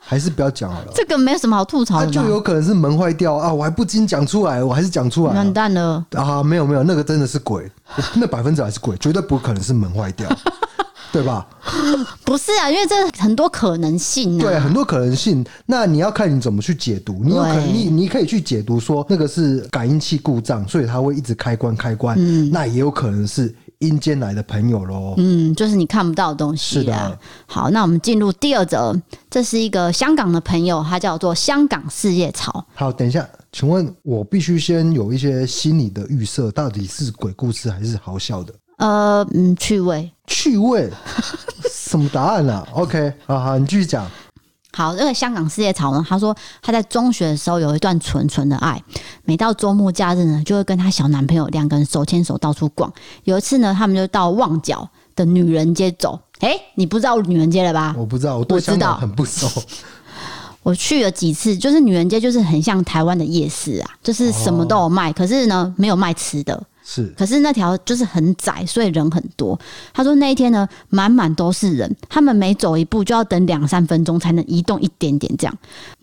A: 还是不要讲好了。
B: 这个没有什么好吐槽
A: 他
B: 的
A: 就
B: 吧？
A: 有可能是门坏掉啊！我还不经讲出来，我还是讲出来
B: 完
A: 了
B: 蛋了，
A: 啊！没有没有，那个真的是鬼，那百分之百是鬼，绝对不可能是门坏 掉，对吧？
B: 不是啊，因为这很多可能性啊。
A: 对，很多可能性。那你要看你怎么去解读。你有可能，
B: 对
A: 你你可以去解读说那个是感应器故障，所以它会一直开关开关。那也有可能是阴间来的朋友喽。
B: 嗯，就是你看不到的东
A: 是
B: 西啊
A: 的。
B: 好，那我们进入第二则，这是一个香港的朋友，他叫做香港四叶草。
A: 好，等一下，请问我必须先有一些心理的预设，到底是鬼故事还是好笑的
B: 呃，嗯，趣味。
A: 趣 味？什么答案啊？OK，好好，你继续讲。
B: 好，那个香港四叶草呢，他说他在中学的时候有一段纯纯的爱，每到周末假日呢，就会跟她小男朋友两个人手牵手到处逛。有一次呢，他们就到旺角的女人街走。诶，你不知道女人街了吧？
A: 我不知道，我对
B: 我知
A: 香
B: 道
A: 港很不熟。
B: 我去了几次，就是女人街就是很像台湾的夜市啊，就是什么都有卖，可是呢没有卖吃的。
A: 是
B: 可是那条就是很窄，所以人很多。他说那一天呢，满满都是人，他们每走一步就要等两三分钟才能移动一点点这样。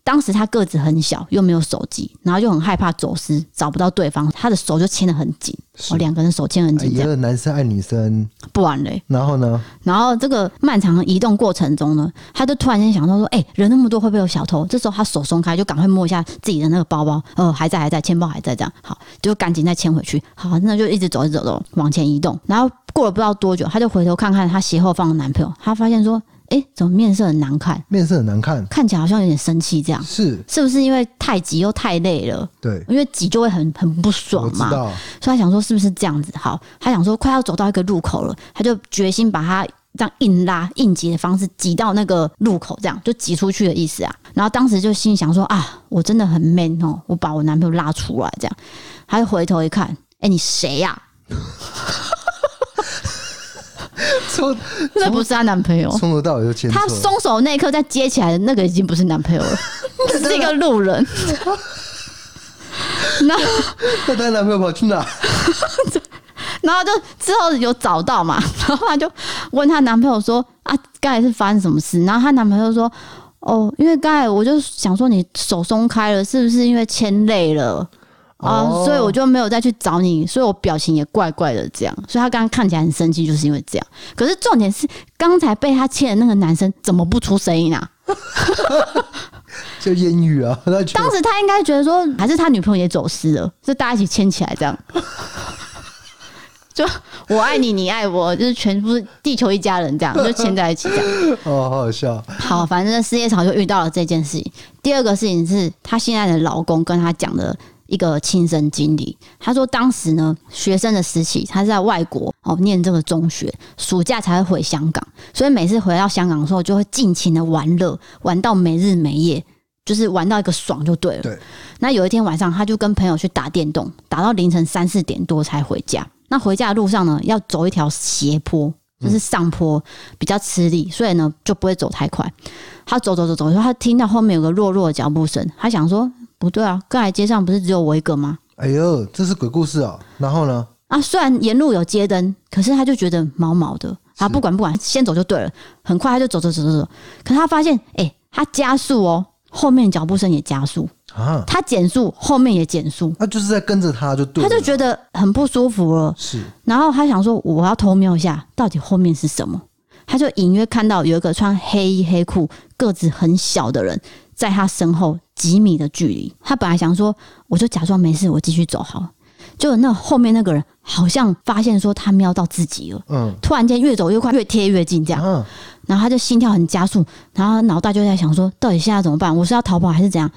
B: 当时他个子很小，又没有手机，然后又很害怕走失，找不到对方，他的手就牵得很紧，哦，两个人手牵很
A: 哎
B: 紧这
A: 一
B: 样，
A: 个男生爱女生，
B: 不然嘞。
A: 然后呢？
B: 然后这个漫长的移动过程中呢，他就突然间想到说：“哎、人那么多，会不会有小偷？”这时候他手松开，就赶快摸一下自己的那个包包，呃，还在，还在，钱包还在，这样好，就赶紧再牵回去。好，那就一直走，一直走，走往前移动。然后过了不知道多久，他就回头看看他斜后方的男朋友，他发现说：“哎、怎么面色很难看？
A: 面色很难看，
B: 看起来好像有点生气，这样
A: 是
B: 是不是因为太急又太累了？
A: 对，
B: 因为急就会很很不
A: 我
B: 爽
A: 知
B: 嘛。”
A: 道。
B: 所以他想说是不是这样子？好，他想说快要走到一个路口了，他就决心把他这样硬拉、硬挤的方式挤到那个路口，这样就挤出去的意思啊。然后当时就心里想说啊，我真的很 man 哦，我把我男朋友拉出来这样。他就回头一看，哎、你谁呀、
A: 从
B: 那不是她男朋友。
A: 从头到尾就牵错
B: 他
A: 了。
B: 松手那一刻，再接起来的那个已经不是男朋友 了，只是一个路人。然后，
A: 那她男朋友跑去哪？
B: 然后就之后有找到嘛， 然后她就问她男朋友说：“啊，刚才是发生什么事？”然后她男朋友说：“哦，因为刚才我就想说你手松开了，是不是因为牵累了？”啊、
A: 哦
B: 所以我就没有再去找你，所以我表情也怪怪的，这样，所以她刚刚看起来很生气，就是因为这样。可是重点是，刚才被她牵的那个男生怎么不出声音啊？
A: 就艳遇啊！那就
B: 当时他应该觉得说，还是他女朋友也走失了，就大家一起牵起来这样。就我爱你，你爱我，就是全部地球一家人这样，就牵在一起这样。
A: 哦，好好笑。
B: 好，反正四叶草就遇到了这件事情。第二个事情是她现在的老公跟她讲的一个亲身经历。她说当时呢，学生的时期，她是在外国哦念这个中学，暑假才会回香港，所以每次回到香港的时候，就会尽情的玩乐，玩到没日没夜，就是玩到一个爽就对了。
A: 对，
B: 那有一天晚上，她就跟朋友去打电动，打到凌晨三四点多才回家。那回家的路上呢，要走一条斜坡，就是上坡比较吃力，所以呢就不会走太快。她走走走走，她听到后面有个弱弱的脚步声，她想说不对啊，刚才街上不是只有我一个吗？
A: 哎呦，这是鬼故事哦。然后呢？
B: 啊，虽然沿路有街灯，可是她就觉得毛毛的。啊，不管不管，先走就对了。很快她就走走走走走，可是她发现，哎、她加速哦，后面脚步声也加速。
A: 啊，
B: 他减速，后面也减速，
A: 那就是在跟着他就对啊
B: 他
A: 了，
B: 就觉得很不舒服了。
A: 是
B: 然后他想说，我要偷瞄一下，到底后面是什么？他就隐约看到有一个穿黑衣黑裤、个子很小的人，在他身后几米的距离。他本来想说，我就假装没事，我继续走好了。结果那后面那个人好像发现说他瞄到自己了，
A: 嗯
B: 突然间越走越快，越贴越近这样。
A: 啊，
B: 然后他就心跳很加速，然后脑袋就在想说，到底现在怎么办？我是要逃跑还是怎样？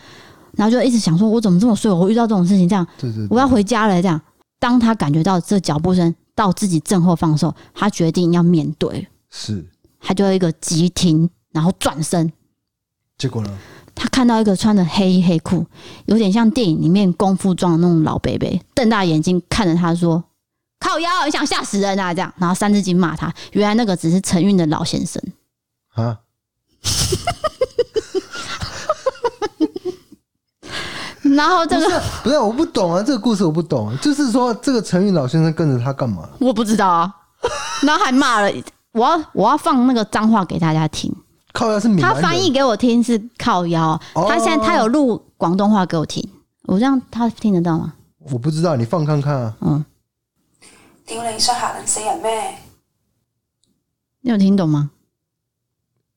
B: 然后就一直想说，我怎么这么衰？我会遇到这种事情这样。
A: 对对，对
B: 我要回家了。这样，当他感觉到这脚步声到自己正后方的时候，他决定要面对了，
A: 是，
B: 他就一个急停，然后转身。
A: 结果呢？
B: 他看到一个穿着黑衣黑裤，有点像电影里面功夫装的那种老伯伯，瞪大眼睛看着他说：“靠腰，你想吓死人啊！”这样，然后三字经骂他。原来那个只是陈韵的老先生。
A: 啊，
B: 然后这个
A: 不是，我不懂啊，这个故事我不懂、啊，就是说这个陈韵老先生跟着他干嘛？
B: 我不知道啊， 然后还骂了。我要我要放那个脏话给大家听。
A: 靠，要是闽南
B: 他
A: 人
B: 翻译给我听是靠腰，
A: 哦
B: 他现在他有录广东话给我听，我这样他听得到吗？
A: 我不知道，你放看看啊。
B: 嗯，
C: 屌你想嚇撚死人咩？
B: 你有听懂吗？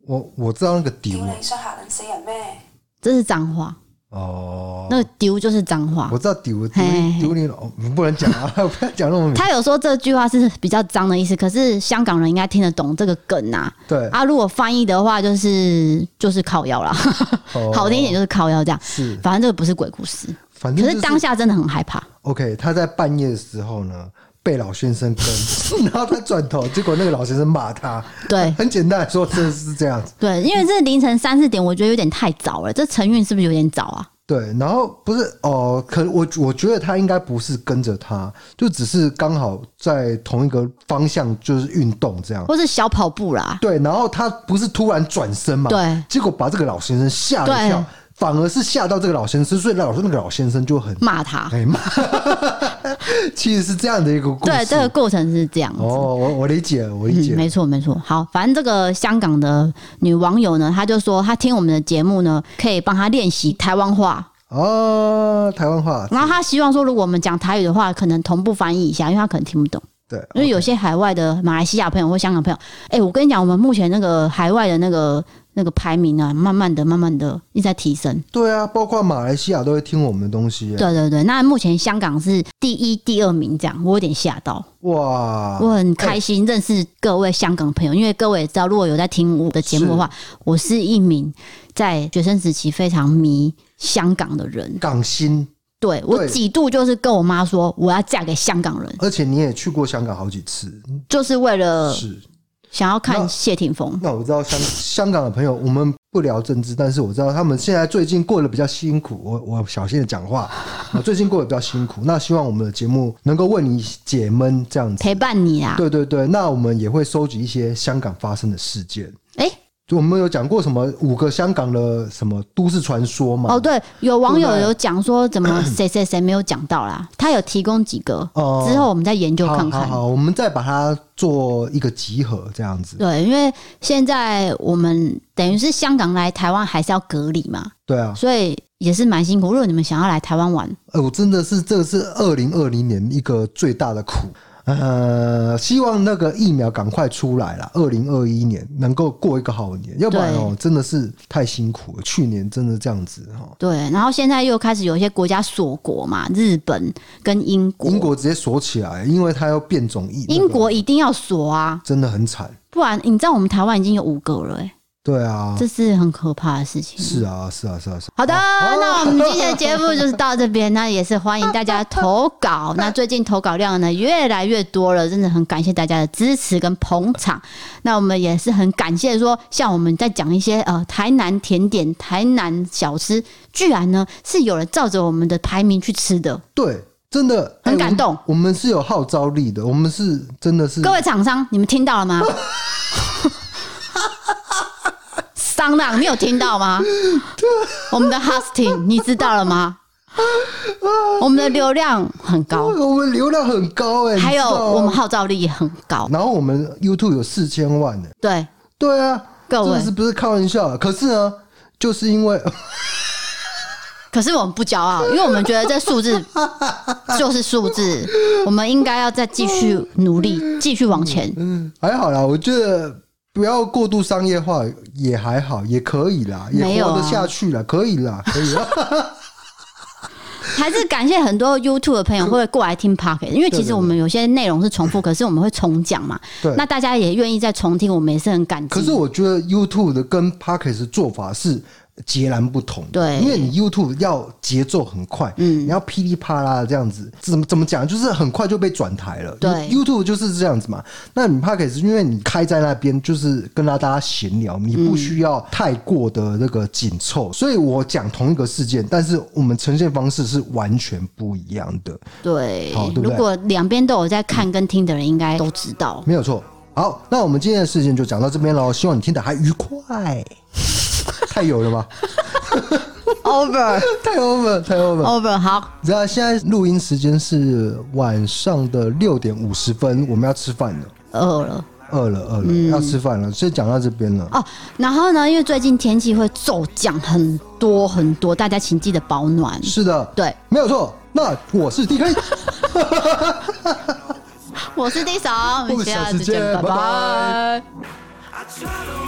A: 我我知道那个
C: 屌
A: 丢啊
C: 你想嚇撚死人咩？
B: 这是脏话，
A: 哦，
B: 那个丢就是脏话
A: 我。知道丢丢
B: 嘿嘿嘿
A: 丢你老， 不能讲啊，不要讲那么明。
B: 他有说这句话是比较脏的意思，可是香港人应该听得懂这个梗啊。
A: 对，
B: 啊，如果翻译的话，就是就是靠腰啦，
A: 哦
B: 好听一点就是靠腰这样。
A: 是，
B: 反正这个不是鬼故事，
A: 反正
B: 可
A: 就是
B: 当下真的很害怕。
A: OK，他在半夜的时候呢，被老先生跟， 然后他转头，结果那个老先生骂他。
B: 对
A: 很简单来说，真的是这样子。
B: 对，因为这凌晨三四点，我觉得有点太早了。这陈韵是不是有点早啊？
A: 对，然后不是哦，可我我觉得他应该不是跟着他，就只是刚好在同一个方向，就是运动这样。
B: 或是小跑步啦？
A: 对，然后他不是突然转身嘛？
B: 对
A: 结果把这个老先生吓了一跳
B: 对，
A: 反而是吓到这个老先生，所以老那个老先生就很
B: 骂他。
A: 哎妈，其实是这样的一个故事。
B: 对，这个过程是这样子。
A: 哦，我我理解了，我理解
B: 嗯，
A: 了。
B: 没错没错。好，反正这个香港的女网友呢，她就说她听我们的节目呢，可以帮她练习台湾话。
A: 哦，台湾话，
B: 然后她希望说，如果我们讲台语的话，可能同步翻译一下，因为她可能听不懂。
A: 对，
B: 因为有些海外的马来西亚朋友或香港朋友，哎、我跟你讲，我们目前那个海外的那个那个排名啊，慢慢的、慢慢的一直在提升。
A: 对啊，包括马来西亚都会听我们的东西耶。
B: 对对对，那目前香港是第一、第二名这样，我有点吓到。
A: 哇，
B: 我很开心认识各位香港朋友，因为各位也知道，如果有在听我的节目的话，我是一名在学生时期非常迷香港的人。
A: 港星，
B: 对我
A: 对
B: 几度就是跟我妈说我要嫁给香港人，
A: 而且你也去过香港好几次，
B: 就是为了
A: 是。
B: 想要看
A: 那
B: 谢霆锋。
A: 那我知道香香港的朋友，我们不聊政治，但是我知道他们现在最近过得比较辛苦。我我小心的讲话，我最近过得比较辛苦。那希望我们的节目能够为你解闷，这样子。
B: 陪伴你啊！
A: 对对对，那我们也会收集一些香港发生的事件。
B: 哎、
A: 就我们有讲过什么五个香港的什么都市传说嘛？
B: 哦，对，有网友
A: 对
B: 有讲说 怎么谁谁谁没有讲到啦，他有提供几个，
A: 哦
B: 之后我们再研究看
A: 好好
B: 看。
A: 好，我们再把它做一个集合，这样子。
B: 对，因为现在我们等于是香港来台湾还是要隔离嘛，
A: 对啊，
B: 所以也是蛮辛苦。如果你们想要来台湾玩，
A: 呃，我真的是这个是二零二零年一个最大的苦。呃，希望那个疫苗赶快出来啦，二零二一年能够过一个好年，要不然哦，真的是太辛苦了。去年真的这样子哦，
B: 对，然后现在又开始有一些国家锁国嘛，日本跟英国，
A: 英国直接锁起来，因为它要变种疫，
B: 英国一定要锁啊，
A: 真的很惨。
B: 不然你知道我们台湾已经有五个了、欸，
A: 对啊，
B: 这是很可怕的事情。
A: 是啊，是啊，是啊，是啊。
B: 好的，那我们今天的节目就是到这边， 那也是欢迎大家投稿。那最近投稿量呢越来越多了，真的很感谢大家的支持跟捧场。那我们也是很感谢说，像我们在讲一些呃台南甜点、台南小吃，居然呢是有人照着我们的排名去吃的。
A: 对，真的
B: 很
A: 哎
B: 感动
A: 我们。我们是有号召力的，我们是真的是
B: 各位厂商，你们听到了吗？商浪，你有听到吗？我们的 hosting，你知道了吗？我们的流量很高，
A: 哎我们流量很高哎、
B: 还有
A: 你知道吗
B: 我们号召力也很高。
A: 然后我们 YouTube 有四千万呢、
B: 对，
A: 对啊，
B: 各位
A: 这个是不是开玩笑啊？可是呢，就是因为
B: 可是我们不骄傲，因为我们觉得这数字就是数字，我们应该要再继续努力，继续往前。
A: 还好啦，我觉得不要过度商业化也还好，也可以啦，
B: 没
A: 也
B: 有啊
A: 活得下去啦，可以啦，可 以啦。
B: 还是感谢很多 YouTube 的朋友会过来听 Pocket，因为其实我们有些内容是重复，可是我们会重讲嘛。
A: 对
B: 那大家也愿意再重听，我们也是很感激。
A: 可是我觉得 YouTube 的跟 Pockets 的做法是截然不同的，
B: 对
A: 因为你 YouTube 要节奏很快，嗯，你要噼里啪啦的这样子，怎么怎么讲，就是很快就被转台了。
B: 对
A: 你，YouTube 就是这样子嘛。那你 Pockets 因为你开在那边，就是跟大家闲聊，你不需要太过的那个紧凑，
B: 嗯
A: 所以我讲同一个事件，但是我们呈现方式是完全不一样的。
B: 对
A: 好对不对
B: 如果两边都有在看跟听的人，应该都知 道。
A: 没有错。好，那我们今天的事情就讲到这边喽，希望你听得还愉 快。太有了吧？
B: Over
A: 太 over，太 over。
B: Over，好，
A: 你知道现在录音时间是晚上的六点五十分，我们要吃饭了，
B: 饿了。
A: 饿了饿了，要吃饭了，所以讲到这边了。
B: 嗯哦，然后呢？因为最近天气会骤降很多很多，大家请记得保暖。
A: 是的，
B: 对，
A: 没有错。那我是 DK，
B: 我是 D 嫂，我
A: 我
B: 们
A: 们
B: 下
A: 下次
B: 次见，
A: 见
B: 拜
A: 拜拜
B: 拜。
D: I try to